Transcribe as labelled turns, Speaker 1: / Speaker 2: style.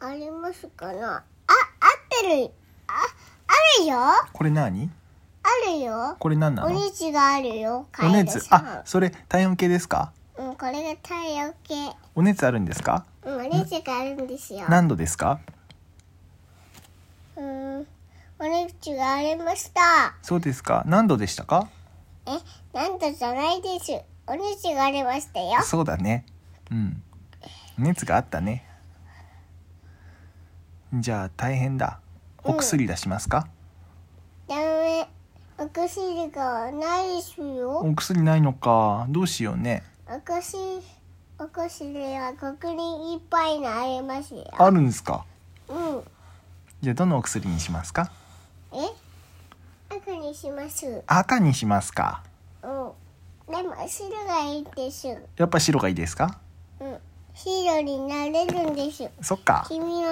Speaker 1: ありますかなあ、合ってる。あ、あるよ。あ
Speaker 2: これ何
Speaker 1: るよ。
Speaker 2: これ何な
Speaker 1: お
Speaker 2: の
Speaker 1: にちがあるよ。
Speaker 2: お熱
Speaker 1: 飼い
Speaker 2: あ
Speaker 1: 主
Speaker 2: それ体温計ですか
Speaker 1: さんうん、これが太陽系。
Speaker 2: お熱あるんですか
Speaker 1: うん、おにちがあるんですよ。
Speaker 2: 何度ですか
Speaker 1: うん、おにちがありました。
Speaker 2: そうですか何度でしたか
Speaker 1: え、なんとじゃないです。おにちがありましたよ。
Speaker 2: そうだねうんお熱があったねじゃあ大変だお薬出しますか、
Speaker 1: ダメ。お薬がないですよ。
Speaker 2: お薬ないのかどうしようね
Speaker 1: お薬、お薬は国にいっぱいのありますよ。
Speaker 2: あるんですか
Speaker 1: うん。
Speaker 2: じゃあどのお薬にしますか
Speaker 1: え赤にします。うん。で
Speaker 2: 赤にしますか
Speaker 1: も白がいいです。
Speaker 2: やっぱ白がいいですか
Speaker 1: うん。白になれるんです。
Speaker 2: そっか
Speaker 1: 君の